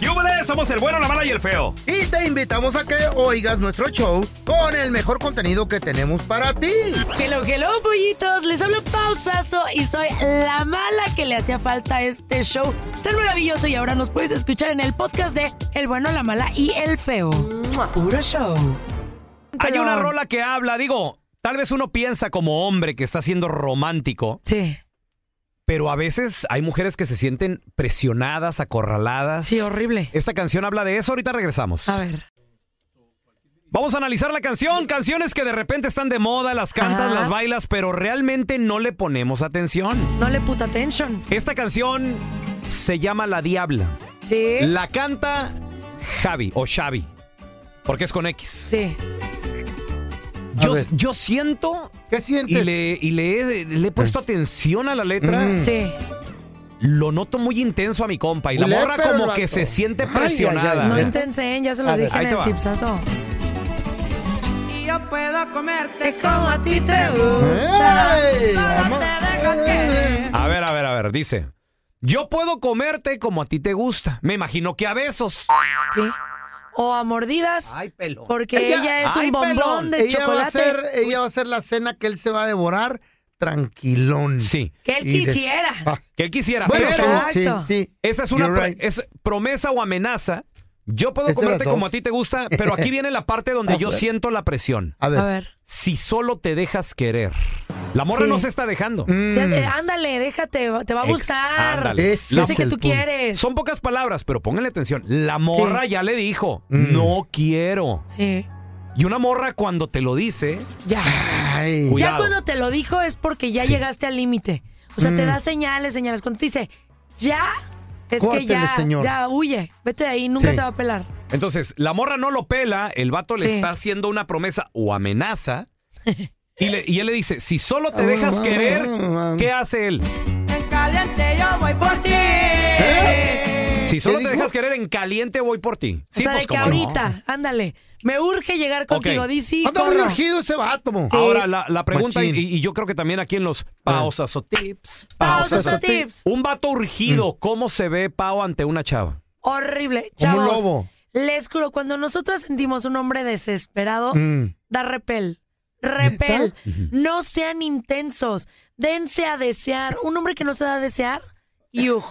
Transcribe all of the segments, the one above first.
¡Yúbele! Somos el bueno, la mala y el feo. Y te invitamos a que oigas nuestro show con el mejor contenido que tenemos para ti. Hello, hello, pollitos. Les hablo pausazo y soy la mala que le hacía falta a este show tan maravilloso. Y ahora nos puedes escuchar en el podcast de El bueno, la mala y el feo. Puro show. Hay una rola que habla, digo, tal vez uno piensa como hombre que está siendo romántico, Sí, pero a veces hay mujeres que se sienten presionadas, acorraladas. sí, horrible. Esta canción habla de eso, ahorita regresamos. A ver. Vamos a analizar la canción, canciones que de repente están de moda, las cantas, Ajá. las bailas, pero realmente no le ponemos atención. No le puta attention. Esta canción se llama La Diabla. Sí. La canta Javi o Xavi, porque es con X. Sí. A Yo, ver. yo siento ¿Qué y, sientes? le, y le he- le he puesto atención a la letra. Eh. Mm. Sí. Lo noto muy intenso a mi compa y la Le morra pega el como vato. que se siente Ay, ay, ay, presionada. A No ver. intensen, ya se A los ver. dije en Ahí te el va. tipsazo. Y yo puedo comerte como a ti te gusta. ¡Ey! Vamos. A ver, a ver, a ver, dice. Yo puedo comerte como a ti te gusta. Me imagino que a besos. Sí. O a mordidas. Ay, pelo. Porque ella, Ella- es ay, un bombón pelón. de ella, va a chocolate. ser, ella va a ser la cena que él se va a devorar tranquilón. Sí, Que él Y des- quisiera. Ah, que él quisiera. Bueno, pero sí, sí, Exacto. sí. esa es una You're pro- right. es promesa o amenaza. Yo puedo Es de comerte las dos. Ah, pues. como a ti te gusta, pero aquí viene la parte donde A yo ver. siento la presión. A ver. A ver. Si solo te dejas querer. La morra Sí. no se está dejando. Mm. Sí, ándale, ándale, déjate, te va a Ex- gustar. ándale. Ese Yo es sé que el tú punto. quieres. Son pocas palabras, pero pónganle atención. La morra ya le dijo, Mm. no quiero. Sí. Y una morra cuando te lo dice, Ya. Ay. Uy. Ya Cuidado. cuando te lo dijo es porque ya Sí. llegaste al límite. O sea, te Mm. da señales, señales. Cuando te dice, ya, es que Córtele, ya, señor. ya, huye, vete de ahí, nunca Sí. te va a pelar. entonces la morra no lo pela, el vato le Sí. está haciendo una promesa o amenaza. Y, le- y él le dice, si solo te dejas Ah, querer, ah, ¿qué hace él? ¿Eh? Si solo te dijo? dejas querer en caliente, voy por ti. o pues, sea, de que cómo no. ahorita, ándale, me urge llegar contigo, di sí, Anda muy corro. urgido ese vato. mo. Ahora, la, la pregunta, y, Machín. Ah. y yo creo que también aquí en los pausas o tips, Pausas Pausas o o tips. Un vato Mm. urgido, ¿cómo se ve Pau ante una chava? Horrible. Como Chavos, un lobo. les juro, cuando nosotras sentimos un hombre desesperado, Mm. da repel. Repel. No sean intensos. Dense a desear. Un hombre que no se da a desear, yuj.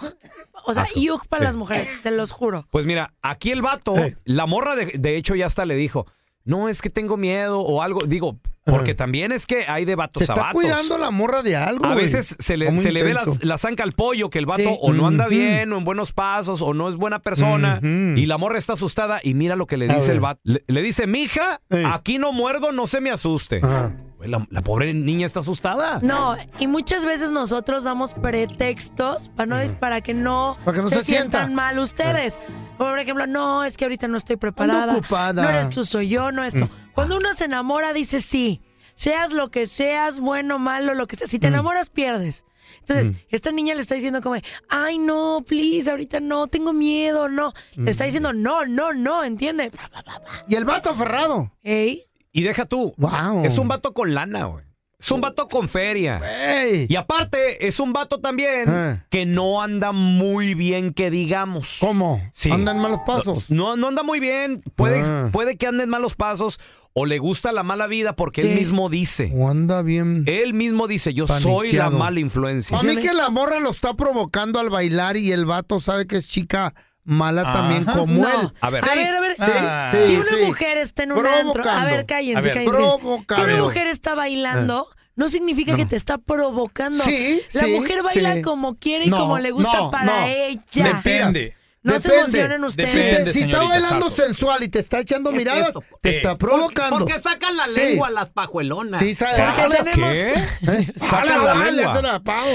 O sea, Asco. yuj para Sí. las mujeres, se los juro. Pues mira, aquí el vato, Eh. la morra de, de hecho ya hasta le dijo, no es que tengo miedo o algo, digo, porque Ajá. también es que hay de vatos Se a está vatos. cuidando la morra de algo. A güey. veces se Está le, muy se le ve la, intenso. la zanca al pollo que el vato Sí. o no anda Ujú. bien o en buenos pasos o no es buena persona Ujú. y la morra está asustada y mira lo que le A dice el ver. vato. Le, le dice, mija, Ey. aquí no muerdo, no se me asuste. Ah. Güey, La, la pobre niña está asustada. No, y muchas veces nosotros damos pretextos para, no, es para que no, Para que no se sienta. sientan mal ustedes. Por ejemplo, no, es que ahorita no estoy preparada. ocupada. Mm. No eres tú, soy yo, no esto. Cuando uno se enamora, dice sí. Seas lo que seas, bueno, malo, lo que sea. Si Mm. te enamoras, pierdes. Entonces, esta niña le está diciendo como, de, ay, no, please, ahorita no, tengo miedo, no. Le Mm. está diciendo, no, no, no, ¿entiende? Pa, pa, pa, pa. Y el vato aferrado. Ey, Y deja tú. Wow. Es un vato con lana, güey. Es un vato con feria. Ey. Y aparte, es un vato también Ah. que no anda muy bien, que digamos. ¿Cómo? Sí. Andan malos pasos. No, no anda muy bien. Puede, Ah. puede que ande en malos pasos o le gusta la mala vida porque Sí. él mismo dice. O anda bien. Él mismo dice, yo soy la Paniqueado. mala influencia. A mí que la morra lo está provocando al bailar y el vato sabe que es chica mala también Ajá. como no. él. A ver. a ver, a ver. Ah. Sí, sí, si una sí. mujer está en un antro, a Provocando. ver, cállense, A ver. cállense. Si Provocando. una mujer está bailando, no significa que te está provocando. Ah. Sí, La sí, mujer baila sí. como quiere y No, como le gusta no, para no. ella. Depende. No se Depende. emocionen ustedes. Si, te- Depende, si está señorita bailando Sasso. sensual y te está echando miradas, eso? te Eh, está provocando. sacan la Sí. lengua las pajuelonas? Sí, sabe. Porque Dale, tenemos- ¿Eh? Saca Dale, la dale, lengua. eso era, Pau.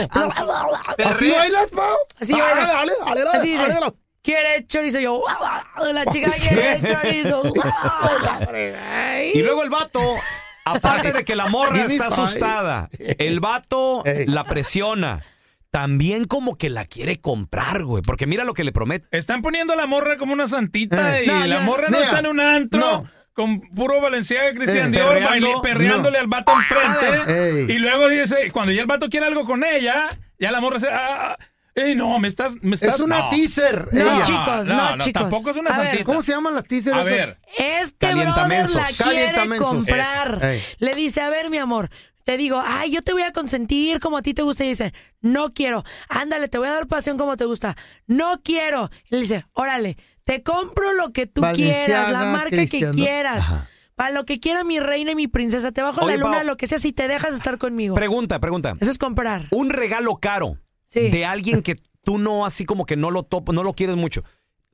Así ¿Así bailas, Pau? baila. Dale, dale, dale, dale, Así dice. dale. Quiere chorizo yo. La chica quiere chorizo. Y luego el vato, aparte de que la morra Give me está five. asustada, el vato Ey. la presiona. También como que la quiere comprar, güey. Porque mira lo que le promete. Están poniendo a la morra como una santita Eh. y No, la ya- morra no Mira, está en un antro. no. Con puro Valenciaga, Cristian Eh, Dior, perreando, baile- perreándole al vato enfrente. Ey. Y luego dice, cuando ya el vato quiere algo con ella, ya la morra se... ah, ah, Ey, no, me estás. Me estás Es una no. teaser. No, ella. chicos, no, chicos. tampoco es una A ver, santita. ¿Cómo se llaman las teasers A esas? ver. Este brother Calientamensos. la quiere Calientamensos. comprar. Ey. Le dice, a ver, mi amor, te digo, ay, yo te voy a consentir como a ti te gusta. Y dice, no quiero. Ándale, te voy a dar pasión como te gusta. No quiero. Y le dice, órale, te compro lo que tú quieras, la Balenciaga, marca Cristiano. que quieras. Ajá. Para lo que quiera mi reina y mi princesa. Te bajo Oye, la luna, Pao. lo que sea, si te dejas estar conmigo. Pregunta, pregunta. Eso es comprar. Un regalo caro Sí. de alguien que tú no, así como que no lo topo, no lo quieres mucho.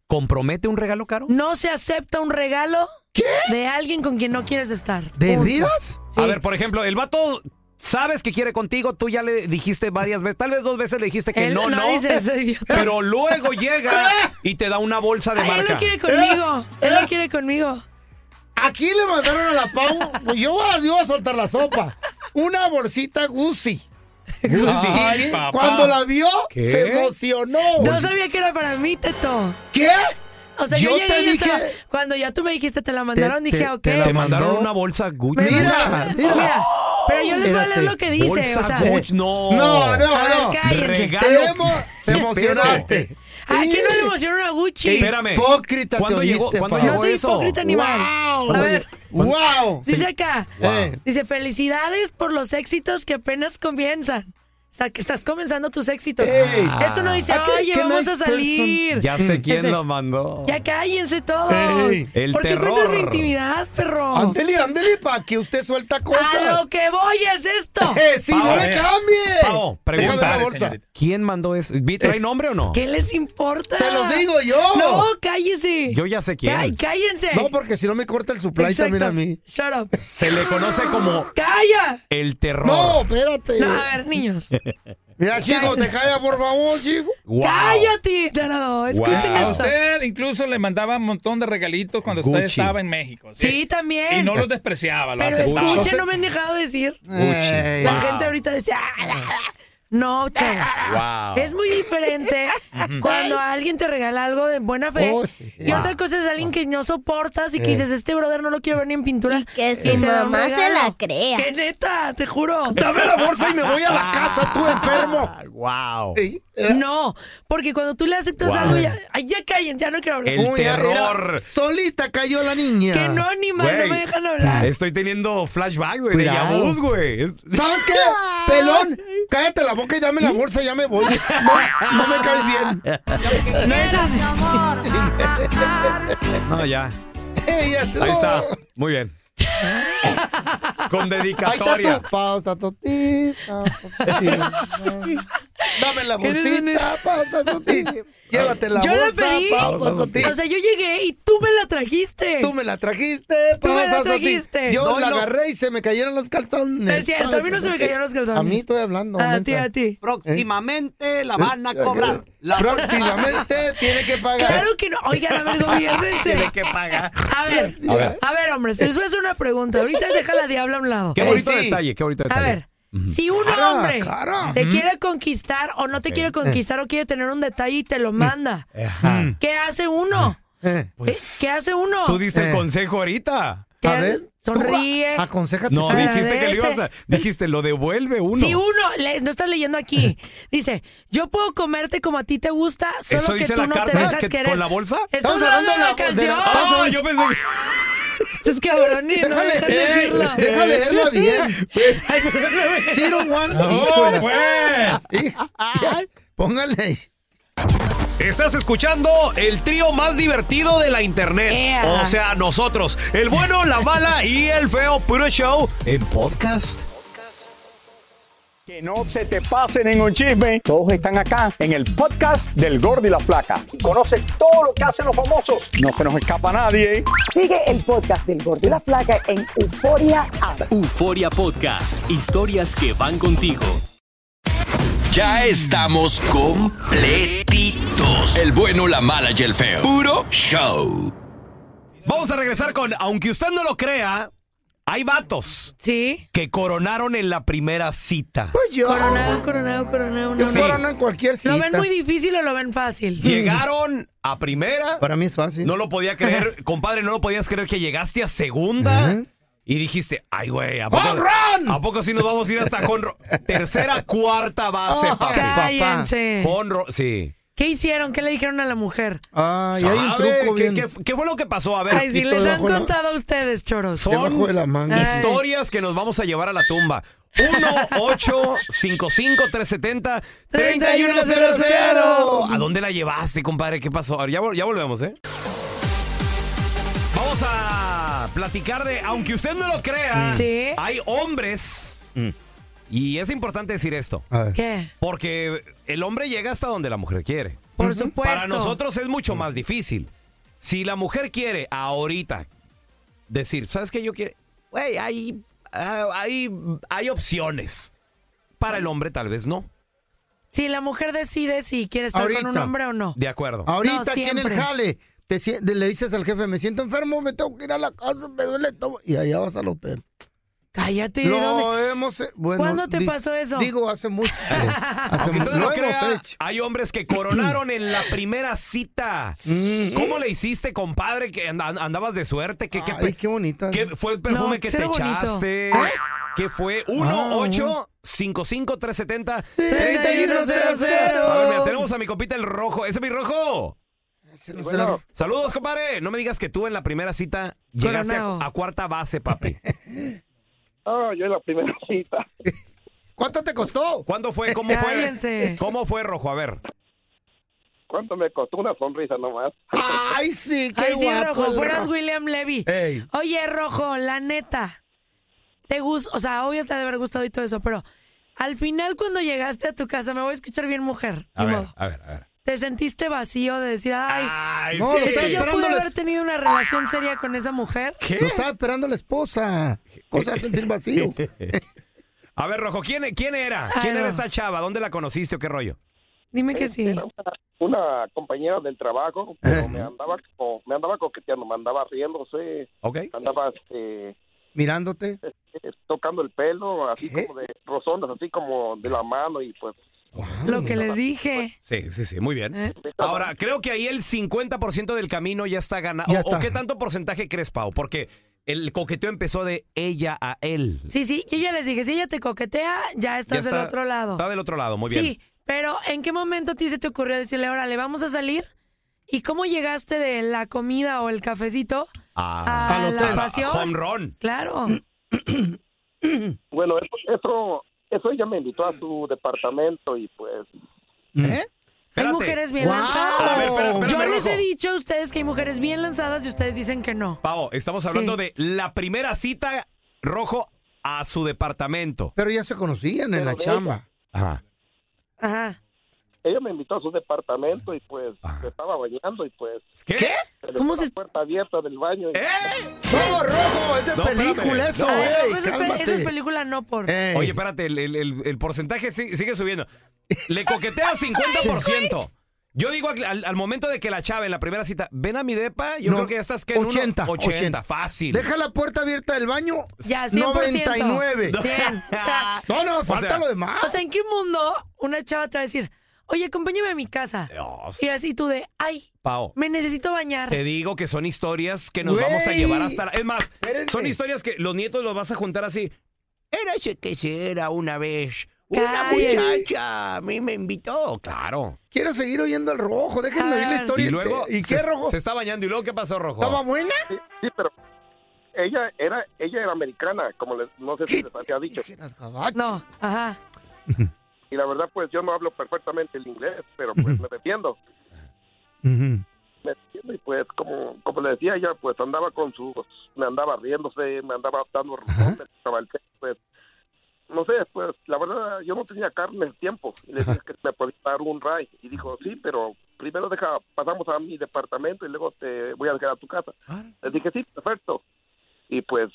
¿Compromete un regalo caro? No se acepta un regalo de alguien con quien no quieres estar. ¿De Punto. veras? Sí. A ver, por ejemplo, el vato sabes que quiere contigo, tú ya le dijiste varias veces, tal vez dos veces le dijiste que Él no, no. dice eso, idiota. pero luego llega y te da una bolsa de Ay, él marca. Eh, lo quiere conmigo. Él lo quiere conmigo. Aquí le mandaron a la Pau. Pues Yo voy a, yo voy a soltar la sopa. Una bolsita Gucci. Gucci. Ay, Y papá. Cuando la vio, ¿Qué? se emocionó. No sabía que era para mí, Teto. ¿Qué? O sea, yo, Yo llegué te y estaba- dije- cuando ya tú me dijiste, te la mandaron, Te- dije, te- ok. te la Te mandaron mandó. una bolsa Gucci. Me Mira, mandaron- mira. mira, Pero yo les voy a leer Espérate. lo que dice. bolsa o sea, Gucci, no. No, no, a ver, no. cállense. Regalo. Te, emo- te oh. Qué emocionaste. ¿A quién no le Sí. emociona a Gucci? Espera, Espérame. Hipócrita ¿Cuándo te llegó- oíste, cuándo Pau. No soy eso. hipócrita ni mal. Wow. A ver, ¡Wow! dice acá. Eh, Dice, felicidades por los éxitos que apenas comienzan. O sea, que estás comenzando tus éxitos. Ey. Esto no dice, Ah, qué- oye, qué vamos nice a salir. Ya sé quién Ese- lo mandó. Ya cállense todos. Ey. El ¿Por qué terror. cuentas mi intimidad, perro? Ándele, ándele, para que usted Ah, suelta A cosas. lo que voy es esto. Eh, sí, Pau, no le eh. cambie. Pau, pregunta. Déjame la Dale, bolsa. señorita. ¿Quién mandó eso? Vi- ¿Trae nombre o no? ¿Qué les importa? Se los digo yo. No, cállense. Yo ya sé quién. Cá- cállense. No, porque si no me corta el supply Exacto. también a mí. Shut up. Se le conoce como ¡Calla! el terror. No, espérate. No, a ver, niños. Mira, chico, te calla, por favor, chico. Wow. ¡Cállate! tarado! Escuchen Wow. A esto. usted incluso le mandaba un montón de regalitos cuando usted Gucci. estaba en México. Sí, también. Y no los despreciaba, lo Pero aceptaba. escuchen, no me han dejado decir. Ey. La gente ahorita decía, "Ah, la, la". no, chavos. Wow. Es muy diferente cuando alguien te regala algo de buena fe. Oh, sí. Eh. Y otra cosa es alguien que no soportas y que dices, este brother no lo quiero ver ni en pintura. Y que su te da un mamá se regalo. la crea. Que neta, te juro. Dame la bolsa y me voy a la casa, tú enfermo. Wow. Sí, eh, No, porque cuando tú le aceptas Wow. algo, ya, ay, ya callen, ya no quiero hablar. El uy, ya, terror. mira, Solita cayó la niña. Que no, ni mal, no Güey, me dejan hablar. Estoy teniendo flashback, güey. De Cuidado. Yabús, güey. Es- ¿Sabes qué? Pelón, cállate la boca y dame la bolsa y ya me voy. No, no me caes bien. No, ya. Ella, Ahí está. Muy bien. Con Ahí está dedicatoria. tu pausa, totita. totita. Dame la Eres bolsita, pausa, totita. Llévate la yo la bolsa, pedí, pausa, o totita. sea, yo llegué y tú me la trajiste. Tú me la trajiste, Tú me la pausa, totita. trajiste. Yo No, la no. agarré y se me cayeron los calzones. Es cierto, a mí no se me cayeron los calzones. A mí estoy hablando. A mensa. ti, a ti. ¿Eh? Próximamente la Próximamente tiene que pagar. Claro que no. Oigan, a ver, gobiernense. pagar. A ver, ¿eh? a ver, hombres, les voy a hacer una pregunta. Ahorita deja la diabla a un lado. Qué Ey, bonito sí. detalle, qué bonito A detalle. ver, si un Cara, hombre cara. te quiere conquistar o no te quiere conquistar o quiere tener un detalle y te Mm. lo manda, Ajá. ¿qué hace uno? Eh, ¿Eh? ¿Qué hace uno? Tú diste Eh. el consejo ahorita. ¿Qué- a ver, sonríe. Aconsejate. No, Agradece. dijiste que le ibas a. Dijiste, lo devuelve uno. Si uno, le- no estás leyendo aquí, dice, yo puedo comerte como a ti te gusta, solo ¿Eso que dice tú la no te carta dejas que- querer. con la bolsa? Estamos hablando de la de la- canción. Ah, yo pensé que. Estos cabrones no me dejan Eh, Déjale- decirlo. Deja leerla bien. Tiro Juan. ¡Oh, pues! Póngale. ahí. Estás escuchando el trío más divertido de la internet. Ea. O sea, nosotros, el bueno, la mala y el feo puro show en podcast. Que no se te pase ningún chisme. Todos están acá en el podcast del Gordi y la Flaca. Y conoce todo lo que hacen los famosos. No se nos escapa nadie. Sigue el podcast del Gordo y la Flaca en Euforia App. Euforia Podcast, historias que van contigo. Ya estamos completitos. El bueno, la mala y el feo. Puro show. Vamos a regresar con, aunque usted no lo crea, hay vatos Sí. que coronaron en la primera cita. Pues yo. Coronado, coronado, coronado. No, Yo no. Sí. corona en cualquier cita. ¿Lo ven muy difícil o lo ven fácil? Llegaron a primera, Mm. Para mí es fácil. ¿Eh? no lo podía creer, compadre, no lo podías creer que llegaste a segunda. Y dijiste, ay, güey, ¿a poco, ¡Home run! ¿a poco sí nos vamos a ir hasta Honro? Tercera, cuarta base, Oh, papi. papá. Cállense. Honro, sí. ¿Qué hicieron? ¿Qué le dijeron a la mujer? Ay, hay un A ver, truco ¿qué, bien. qué- qué fue lo que pasó? A ver, Ay, si poquito les han debajo de la- contado a ustedes, choros. Debajo de la manga. Ay. historias que nos vamos a llevar a la tumba. 1-855-370-3100. ¿A dónde la llevaste, compadre? ¿Qué pasó? Ahora, ya, vol- ya volvemos, ¿eh? Vamos a platicar de, aunque usted no lo crea, Mm. Sí. hay hombres. Y es importante decir esto, A ver. ¿Qué? porque el hombre llega hasta donde la mujer quiere. Por supuesto. Para nosotros es mucho más difícil. Si la mujer quiere ahorita decir, ¿sabes qué yo quiero? Güey, hay, ah, hay, hay opciones. Para el hombre tal vez no. Si la mujer decide si quiere estar con un Ahorita. hombre o no. De acuerdo. Ahorita No, aquí en el siempre. jale te sien- le dices al jefe, me siento enfermo, me tengo que ir a la casa, me duele todo. Y allá vas al hotel. Cállate. Lo ¿dónde? hemos... eh, Bueno, ¿Cuándo te pasó eso? Digo, hace mucho. hace Aunque mucho. usted no Lo lo hemos crea, hecho. hay hombres que coronaron en la primera cita. Mm-hmm. ¿Cómo le hiciste, compadre? Que and- and- andabas de suerte. ¿Qué, qué, Ay, qué ¿Eh? bonita. ¿Qué fue el perfume que No, te cero bonito. echaste? ¿Qué Ah. fue? 1 8 55 370 3100. A ver, mira, tenemos a mi compita el rojo. ¿Ese es mi rojo? Saludos, compadre. No me digas que tú en la primera cita llegaste a, Coronao. a cuarta base, papi. No, yo en la primera cita. ¿Cuánto te costó? ¿Cuándo fue? ¿Cómo fue? Cállense. ¿Cómo fue, rojo? A ver. ¿Cuánto me costó una sonrisa nomás? Ay, sí, qué Ay, sí, guapo Rojo, el fueras Rojo. William Levy. Ey. Oye, Rojo, la neta. Te gusta, o sea, obvio te ha de haber gustado y todo eso, pero al final cuando llegaste a tu casa, me voy a escuchar bien mujer, A ni ver, Ah, modo. a ver, a ver. ¿Te sentiste vacío de decir, ay, Ay, No, sí. lo es que yo pude esperándoles. haber tenido una relación seria con esa mujer? Lo estaba esperando la esposa. Cosa de sentir vacío. A ver, rojo, ¿quién, quién era? Ay, ¿Quién era no. esta chava? ¿Dónde la conociste o qué rollo? Dime que sí. Una compañera del trabajo, pero me andaba, co- me andaba coqueteando, me andaba riéndose, ¿Ok? andaba este, Mirándote. eh, tocando el pelo, así ¿Qué? como de rozonas, así como de la mano y pues... Lo que les dije. Sí, sí, sí, muy bien. ¿eh? Ahora, creo que ahí el 50% del camino ya está ganado. Ya O- ¿O está. qué tanto porcentaje crees, Pau? Porque el coqueteo empezó de ella a él. Sí, sí, yo ya les dije, si ella te coquetea, ya Ya estás del está- otro lado. Está del otro lado, muy bien. Sí, pero ¿en qué momento a ti se te ocurrió decirle, órale, vamos a salir? ¿Y cómo llegaste de la comida o el cafecito Ah, a Al la hotel. home pasión? run. Claro. Bueno, eso, eso, eso ella me invitó a su departamento y pues... ¿Eh? Hay Espérate. mujeres bien Wow. A ver, lanzadas. espera, espérame, Yo les Rojo. he dicho a ustedes que hay mujeres bien lanzadas y ustedes dicen que no. Pau, estamos hablando Sí. de la primera cita rojo a su departamento. Pero ya se conocían en la chamba. Ajá. Ajá. Ella me invitó a su departamento y pues se estaba bañando y pues ¿Qué? se le Ah. ¿Cómo fue se- la puerta abierta del baño y ¿Eh? ¡No, rojo! Es de No, Eh, espérame. película eso, Ay, ey, no, esas pe- cálmate. esas películas no por. Ey. Oye, espérate, el, el- el- el porcentaje si- sigue subiendo. Le coquetea 50%. Yo digo al, al- al momento de que la chava en la primera cita, ven a mi depa, yo No, creo que ya estás que en uno- 80, 80, 80. fácil. Deja la puerta abierta del baño. Ya, 100%. 99. 100. O sea, No, no, falta sea- lo demás. o sea, ¿en qué mundo una chava te va a decir, oye, acompáñame a mi casa? Dios. Y así tú de, ay, Pao, me necesito bañar. te digo que son historias que nos Güey. vamos a llevar hasta la... Es más, Espérenme. son historias que los nietos los vas a juntar así. Era ese que se era una vez. Cállate. muchacha a mí me invitó. Claro. Quiero seguir oyendo al rojo. Déjenme A oír la ver. historia. y luego ¿Y se, qué rojo? se está bañando. ¿Y luego qué pasó, Rojo? ¿Estaba buena? Sí, sí, pero ella era ella era americana, como les, no sé si les había dicho. Dijeras, gabacho. No, ajá. Y la verdad, pues yo no hablo perfectamente el inglés, pero pues me defiendo. Ujú. Me defiendo y pues, como, como le decía ella, pues andaba con sus... Me andaba riéndose, me andaba dando rumor, me tocaba el pelo, pues... No sé, pues la verdad, yo no tenía carne el tiempo. Y le dije que me podía dar un ray. Y dijo, sí, pero primero deja, pasamos a mi departamento y luego te voy a dejar a tu casa. Le dije, sí, perfecto. Y pues,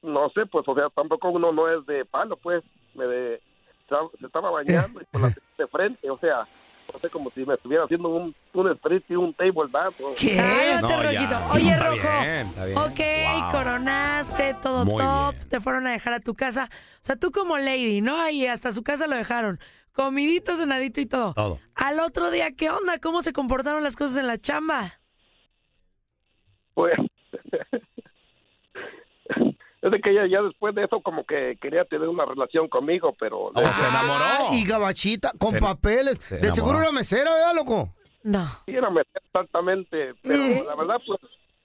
no sé, pues, o sea, tampoco uno no es de palo, pues. Me de- tra- se estaba bañando y con la de frente, o sea, no sé, como si me estuviera haciendo un, un split y un table dance. o- ¿Qué? Cállate, No, ya. Rojito. Oye, Está Rojo. bien, está bien. Ok, Wow. coronaste, todo Muy top. bien. Te fueron a dejar a tu casa. O sea, tú como lady, ¿no? Ahí hasta su casa lo dejaron. Comidito, cenadito y todo. Todo. Al otro día, ¿qué onda? ¿Cómo se comportaron las cosas en la chamba? Pues, Es de que ella ya después de eso como que quería tener una relación conmigo, pero... Ah, se enamoró. y gabachita, con Se- papeles. se de seguro enamoró. una mesera, ¿verdad, loco? No. Sí, era meter exactamente, pero la verdad, pues,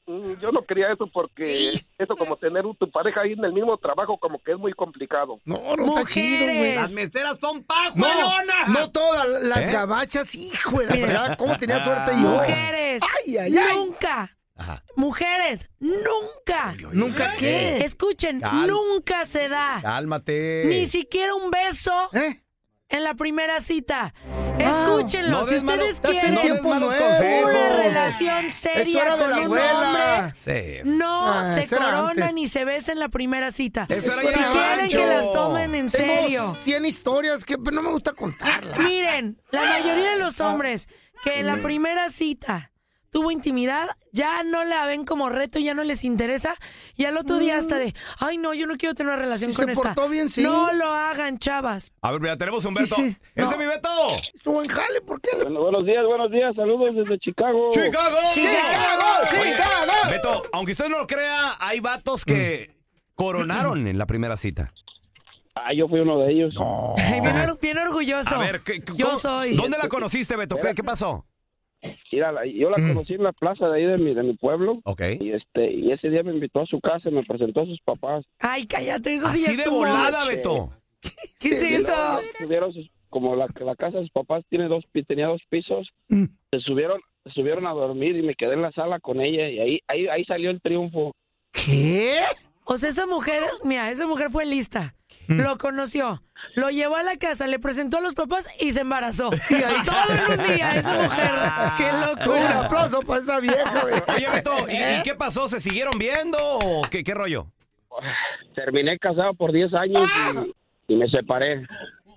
mm, yo no quería eso porque eso como tener un- tu pareja ahí en el mismo trabajo como que es muy complicado. No, no está chido, güey. Mujeres. meseras son No, pajuelonas. no todas las ¿Eh? Ah. gabachas, hijo de la fregada, ¿Cómo tenía suerte yo? Mujeres. Ay, ay, ay. Nunca. Ajá. Mujeres. Nunca. ¿Nunca qué? Escuchen, Cal- nunca se da. Cálmate. Ni siquiera un beso ¿Eh? en la primera cita. Escúchenlo. No si des malo- ustedes estás en quieren tiempo Tiempo malos nuevo. consejos. una nuevo. relación hora seria de con la un abuela. hombre, Sí. no Ah, se eso era corona antes. ni se besa en la primera cita. Eso era si ir al quieren rancho. que las tomen en Tengo serio. 100 historias que pero no me gusta contarlas. Miren, la mayoría de Ah. los hombres que en la primera cita tuvo intimidad, ya no la ven como reto, ya no les interesa. Y al otro día hasta de, ay no, yo no quiero tener una relación Sí, con Mm. se esta. portó bien, sí. No lo hagan, chavas. A ver, mira, tenemos a Humberto. Sí, sí. ¡Ese No. es mi Beto! Su buen jale, ¿por qué? no? buenos días, buenos días, saludos desde Chicago. ¡Chicago! Oye, Beto, aunque usted no lo crea, hay vatos que coronaron en la primera cita. Ah, yo fui uno de ellos. Ah. bien, or- bien orgulloso. A ver, ¿qué- qué- yo cómo- soy. ¿dónde la conociste, Beto? ¿Qué, qué pasó? Mira, la- yo Mm. la conocí en la plaza de ahí de mi, de mi pueblo. Ok. Y este y ese día me invitó a su casa y me presentó a sus papás. Ay, cállate, eso sí ya Así es de too volada, much. Beto. ¿Qué es eso? Subieron sus- como la, la casa de sus papás tiene dos pi- tenía dos pisos, Mm. se subieron se subieron a dormir y me quedé en la sala con ella y ahí ahí, ahí salió el triunfo. ¿Qué? O sea, esa mujer, mira, esa mujer fue lista. Mm. Lo conoció, lo llevó a la casa, le presentó a los papás y se embarazó. Y ahí todo en un día, esa mujer. ¡Qué Un locura! aplauso para esa vieja, güey. Oye, Beto, ¿y, y qué pasó? ¿Se siguieron viendo o qué, qué rollo? Terminé casado por 10 años Ah. y, y me separé.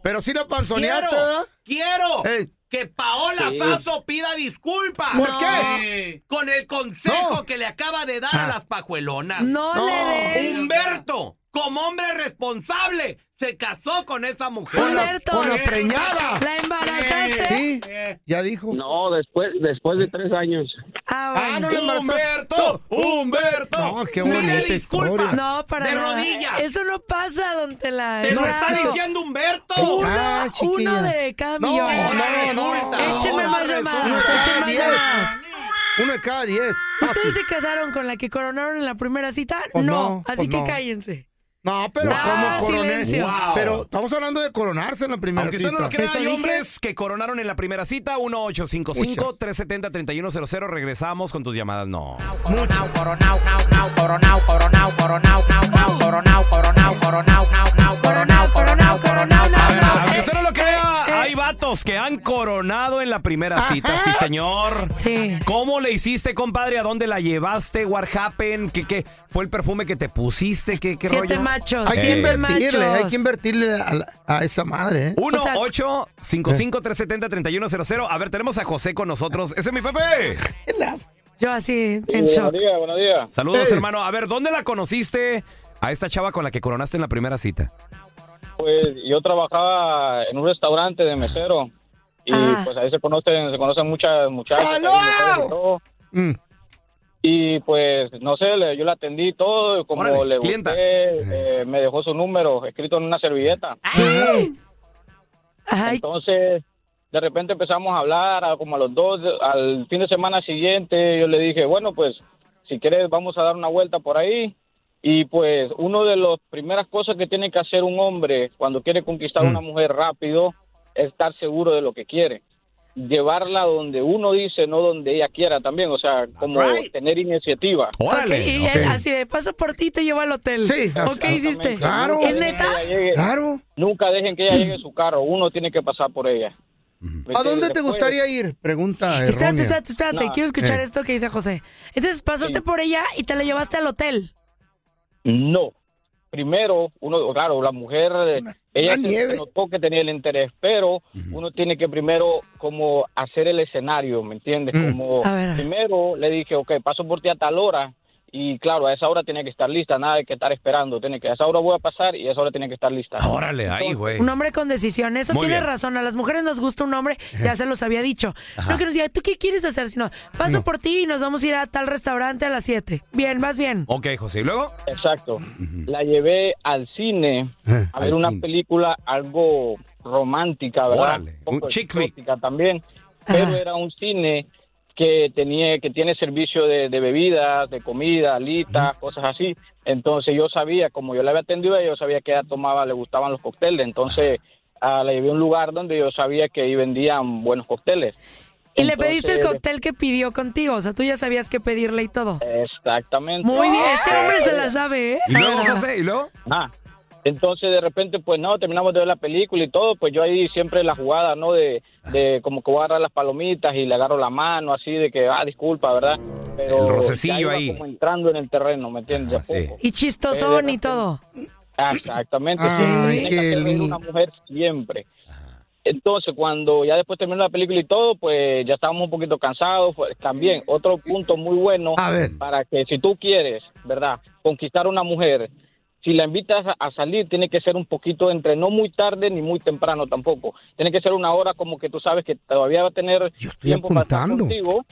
Pero si la panzoneaste, ¿verdad? ¡Quiero! Ey. Que Paola Sí. Faso pida disculpas. Eh, ¿Por No. qué? Con el consejo No. que le acaba de dar a las pajuelonas. No, No. le des. Humberto, como hombre responsable, se casó con esa mujer. Con la, Humberto. con la preñada. ¿La embarazaste? Sí, Eh. ya dijo. No, después después de tres años. Ah, Ah, no bueno. la embarazaste. Humberto, Humberto. No, qué Pide bonita disculpas. historia. No, para De nada. rodillas. Eso no pasa, don Tela. Te lo Claro. está diciendo Humberto. Uno, Ah, chiquilla. uno de cada No, millón. no, no. Échenme Ahora más resulta. llamadas, échenme más Diez. llamadas. Uno de cada diez. ¿Ustedes Fácil. se casaron con la que coronaron en la primera cita? Pues no, no, pues así que no. cállense. No, pero Nah, como coroné. Ah, silencio. Wow. Pero estamos hablando de coronarse en la primera Aunque cita. usted no lo crea, Eso hay dije. hombres que coronaron en la primera cita. 1-855-370-3100. Regresamos con tus llamadas. No. Coronado, coronado, coronado, A ver, no, no. aunque Eh, usted no lo crea, eh, eh. hay vatos que han coronado en la primera cita. Sí, señor. Sí. ¿Cómo le hiciste, compadre? ¿A dónde la llevaste? ¿What happened? ¿Qué, qué? ¿Fue el perfume que te pusiste? ¿Qué, qué Siete rollo? machos, Hay que siete invertirle, machos. hay que invertirle a, la- a esa madre, ¿eh? 1 O sea- 855 370 3100 A ver, tenemos a José con nosotros. Ese es mi Pepe. Yo así, en shock. días, buenos días. Saludos, Eh. hermano. A ver, ¿dónde la conociste a esta chava con la que coronaste en la primera cita? Pues yo trabajaba en un restaurante de mesero y Ah. pues ahí se conocen, se conocen muchas muchachas. ahí, ¡Aló! mujeres y todo. Mm. Y pues, no sé, le- yo la atendí y todo, y como Órale, le gusté, clienta. eh, me dejó su número escrito en una servilleta. Sí. Ay, Entonces, de repente empezamos a hablar, a- como a los dos, al fin de semana siguiente, yo le dije, bueno, pues, si quieres vamos a dar una vuelta por ahí. Y pues, una de las primeras cosas que tiene que hacer un hombre cuando quiere conquistar Mm. a una mujer rápido es estar seguro de lo que quiere. Llevarla donde uno dice, no donde ella quiera también, o sea, como right. tener iniciativa. Órale. ok, y él así de paso por ti te llevo al hotel. Sí, ¿O así- qué hiciste? Claro. ¿Es neta? Ella llegue- Claro. Nunca dejen que ella llegue en su carro, uno tiene que pasar por ella. ¿A dónde te Después- gustaría ir? Pregunta Espérate, errónea. espérate, espérate. No. Quiero escuchar Eh. esto que dice José. Entonces pasaste por ella y te la llevaste al hotel. No. Primero, uno, claro, la mujer, eh, ella se- nieve. se notó que tenía el interés, pero uno tiene que primero como hacer el escenario, ¿me entiendes? Como A ver, a ver. primero le dije, ok, paso por ti a tal hora, Y claro, a esa hora tiene que estar lista, nada de que estar esperando. Tiene que, a esa hora voy a pasar y a esa hora tiene que estar lista. Órale, ahí, güey. Un hombre con decisión, eso Muy tiene bien. razón. A las mujeres nos gusta un hombre, ya se los había dicho. Ajá. No que nos diga, ¿tú qué quieres hacer? Sino, paso por ti y nos vamos a ir a tal restaurante a las 7. Bien, más bien. Ok, José, ¿y luego? Exacto. La llevé al cine a Ah, al ver una cine. película algo romántica, ¿verdad? Órale, un poco chick flick. exótica también, pero era un cine que tenía que tiene servicio de, de bebidas, de comida, alitas, cosas así. Entonces yo sabía, como yo la había atendido, a ella, yo sabía que ella tomaba, le gustaban los cócteles. Entonces ah, la llevé a un lugar donde yo sabía que ahí vendían buenos cócteles. Y le pediste el Entonces- cóctel que pidió contigo, o sea, tú ya sabías qué pedirle y todo. Exactamente. Muy bien, este hombre se la sabe, ¿eh? ¿Y luego, José? ¿Y luego? Ah, entonces de repente, pues no, terminamos de ver la película y todo, pues yo ahí siempre la jugada, ¿no? De, de como que voy a agarrar las palomitas y le agarro la mano, así de que, ah, disculpa, ¿verdad? Pero El rocecillo ya iba ahí. Ah, Como entrando en el terreno, ¿me entiendes? De a sí. poco. Y chistosón y todo. Ah, Exactamente. Ay, sí, qué tiene que hacer reír lindo. una mujer siempre. Entonces, cuando ya después terminó la película y todo, pues ya estábamos un poquito cansados. pues, también, otro punto muy bueno A ver. para que si tú quieres, ¿verdad? Conquistar a una mujer, si la invitas a, a salir, tiene que ser un poquito entre no muy tarde ni muy temprano tampoco. Tiene que ser una hora como que tú sabes que todavía va a tener Yo estoy tiempo para estar apuntando. contigo,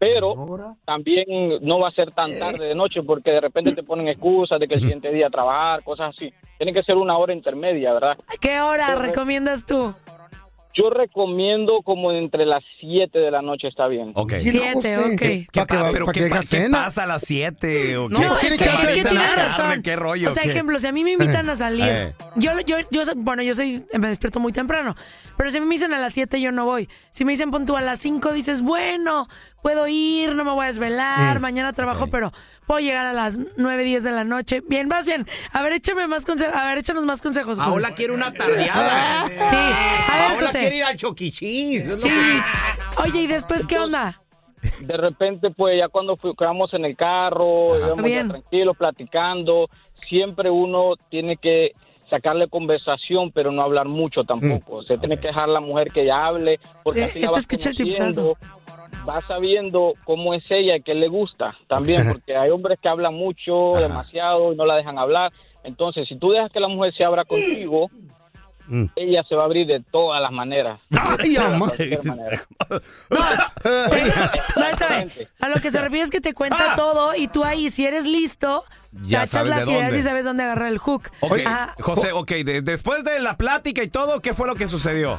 pero Ahora. también no va a ser Eh. tan tarde de noche porque de repente te ponen excusas de que el siguiente día trabajar, cosas así. Tiene que ser una hora intermedia, ¿verdad? ¿Qué hora recomiendas tú? Yo recomiendo como entre las 7 de la noche está bien. Ok. Y luego, Siete, José, ok. ¿Qué ¿Qué pa' que pa- va- ¿Pero pa' qué, que pa- haga qué cena. pasa a las 7? No, ¿Quién es, tiene que, chance es de que cenar? tiene Dame, razón. ¿Qué rollo? o sea, qué? ejemplo, si a mí me invitan a salir, Eh. yo, yo, yo, bueno, yo soy, me despierto muy temprano, pero si a mí me dicen a las 7, yo no voy. Si me dicen, pon tú a las 5, dices, bueno, puedo ir, no me voy a Mm. desvelar, mañana trabajo, pero puedo llegar a las 9, 10 de la noche. Bien, más bien. A ver, échame más consejos, a ver, échanos más consejos, José. Ahora quiere una tardeada. Sí, a Ahora ver, quiere Ah, José. ir al choquichis. es lo Sí. que- Oye, ¿y después qué onda? de repente, pues ya cuando fu- quedamos en el carro, íbamos ya Bien. tranquilos, platicando, siempre uno tiene que sacarle conversación, pero no hablar mucho tampoco. Se tiene que dejar la mujer que ella hable, porque Mm. Eh, así la este vas escucha el conociendo, vas sabiendo cómo es ella, qué le gusta también, porque hay hombres que hablan mucho, Ajá. demasiado, y no la dejan hablar. Entonces, si tú dejas que la mujer se abra contigo, Mm. ella se va a abrir de todas las maneras. Ay, eh, amá. De cualquier manera. No, está bien. A lo que se refiere es que te cuenta todo y tú ahí, si eres listo, Ya tachas sabes de las ideas dónde. y sabes dónde agarrar el hook. Ok, Ajá. José, ok, de- después de la plática y todo, ¿qué fue lo que sucedió?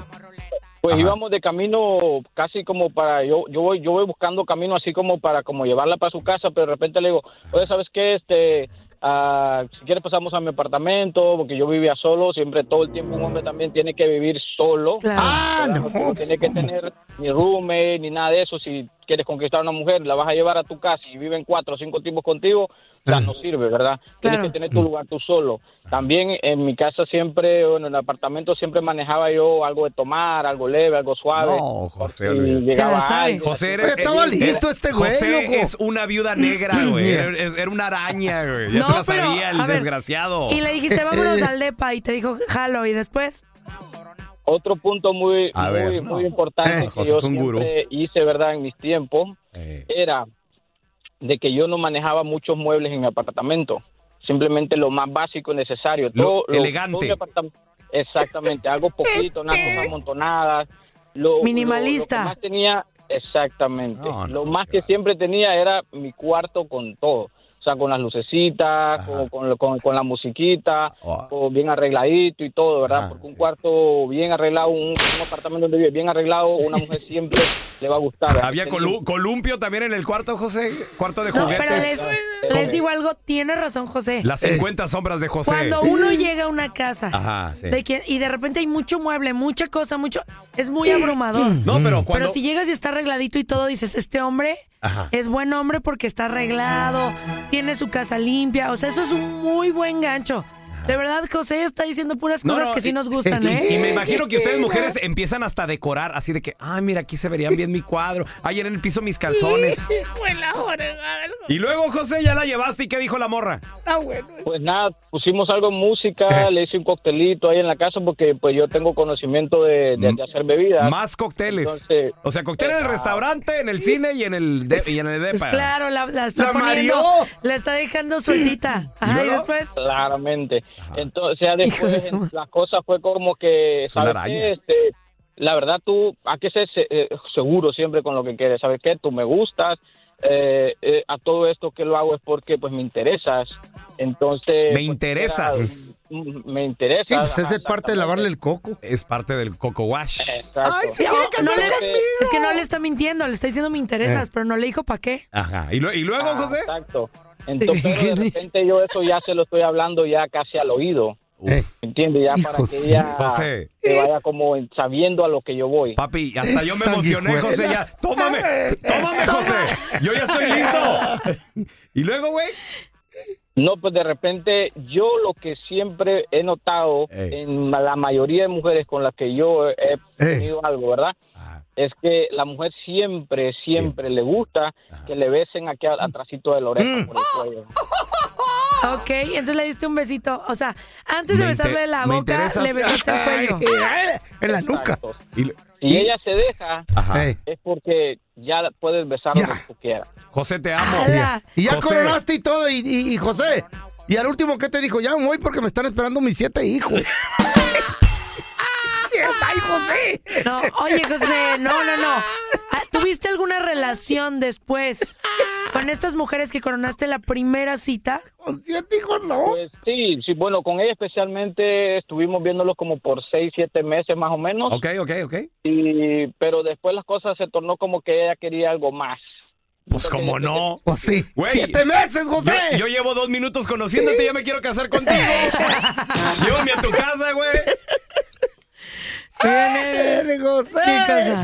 Pues Ajá. íbamos de camino casi como para yo yo voy yo voy buscando camino así como para como llevarla para su casa, pero de repente le digo, "Oye, ¿sabes qué? Este ah, si quieres pasamos a mi apartamento porque yo vivía solo, siempre todo el tiempo un hombre también tiene que vivir solo. Claro. Ah, ¿verdad? no. tiene que tener ni roommate ni nada de eso. Si quieres conquistar a una mujer, la vas a llevar a tu casa y viven cuatro o cinco tipos contigo, ya no sirve, ¿verdad? Claro. Tienes que tener tu lugar tú solo. También en mi casa siempre, o en el apartamento siempre manejaba yo algo de tomar, algo leve, algo suave. No, José, Y olvídate. llegaba Se la sabe. alguien, José, Oye, estaba eh, listo este güey, José loco. es una viuda negra, güey. Mira. Era, es- era una araña, güey. Ya No, se la pero, sabía el a ver, desgraciado. Y le dijiste, Eh. vámonos al DEPA. Y te dijo, jalo. Y después, Otro punto muy, A muy, ver, muy no. importante Eh, que José yo es un gurú. siempre hice, ¿verdad? En mis tiempos, Eh, era de que yo no manejaba muchos muebles en mi apartamento. Simplemente lo más básico y necesario. Lo Todo, elegante. todo mi apartam- exactamente, algo poquito, unas cosas amontonadas. Lo, Minimalista. Lo, lo que más tenía, exactamente. No, no, lo más qué que bárbaro. siempre tenía era mi cuarto con todo. O sea, con las lucecitas, con, con, lo- con- con la musiquita, Ah. con bien arregladito y todo, ¿verdad? Ajá, Porque un Ah, sí. cuarto bien arreglado, un, un apartamento donde vive bien arreglado, una mujer siempre le va a gustar. ¿verdad? Había Tenía- colu- columpio también en el cuarto, José. Cuarto de no, juguetes. pero les, les digo algo, tiene razón José. Las 50 sombras de José. Cuando uno llega a una casa Mm. Ajá, sí. de quien, y de repente hay mucho mueble, mucha cosa, mucho, es muy Mm. abrumador. No, pero cuando. Pero si llegas y está arregladito y todo, dices, este hombre Ajá. es buen hombre porque está arreglado, tiene su casa limpia. O sea, eso es un muy buen gancho. De verdad, José está diciendo puras cosas que sí y- nos gustan, y, ¿eh? y me imagino que ustedes mujeres empiezan hasta a decorar, así de que, ay, mira, aquí se verían bien mi cuadro. Ayer en el piso mis calzones. Y luego, José, ya la llevaste y qué dijo la morra. Pues nada, pusimos algo en música, le hice un coctelito ahí en la casa porque pues yo tengo conocimiento de, de- de hacer bebidas. Mm. Más cócteles. Entonces, eh, o sea, cócteles en el restaurante, en el cine y en el, de- y en el depa. Pues claro, la, la está La poniendo, mareó. la está dejando sueltita. Ajá, y después, Claramente. Entonces, ya Hijo de después su- la cosa fue como que, una ¿sabes araña. qué? Este, la verdad, tú hay que ser se- eh, seguro siempre con lo que quieres. ¿Sabes qué? Tú me gustas. eh, eh, a todo esto que lo hago es porque pues me interesas. Entonces... Me pues, interesas. era- mm, me interesas. pues, pues, ajá, lavarle el coco. Es parte del coco wash. Exacto. Sí, oh, no le- es que no le está mintiendo, le está diciendo me interesas, Eh. pero no le dijo para qué. Ajá. ¿Y, lo- y luego, Ah, José? Exacto. Entonces, pero de repente yo eso ya se lo estoy hablando ya casi al oído. ¿Me entiendes? Ya para Hijo que sí. ella José. se vaya como sabiendo a lo que yo voy. Papi, Hasta yo me emocioné, José, ya. Tómame, tómame, José. Yo ya estoy listo. Y luego, güey. No, pues de repente yo lo que siempre he notado en la mayoría de mujeres con las que yo he tenido algo, ¿verdad? Es que la mujer siempre, siempre le gusta que le besen aquí a- Mm. atrásito de la oreja por el ¡Oh! cuello. Ok, entonces le diste un besito. O sea, antes de Me besarle inter- la me boca, interesas. ah, le besaste el cuello. eh, en la nuca. Y, Si ella se deja, Ajá. es porque ya la- puedes besar donde tú quieras. José, te amo. Y ya José. coronaste y todo, y, y- y José. Y al último, ¿qué te dijo? Ya me voy porque me están esperando mis siete hijos. ¡Ay, José! No, oye, José, no, no, no. Ah, ¿Tuviste alguna relación después con estas mujeres que coronaste la primera cita? Pues sí, sí, bueno, con ella especialmente estuvimos viéndolo como por seis, siete meses más o menos. Ok, ok, ok. Y, pero después las cosas se tornó como que ella quería algo más. Pues como no. Pues sí. Güey, ¡Siete meses, José! Yo, yo llevo dos minutos conociéndote y ya me quiero casar contigo. Llévame a tu casa, güey. José! ¿Qué cosa?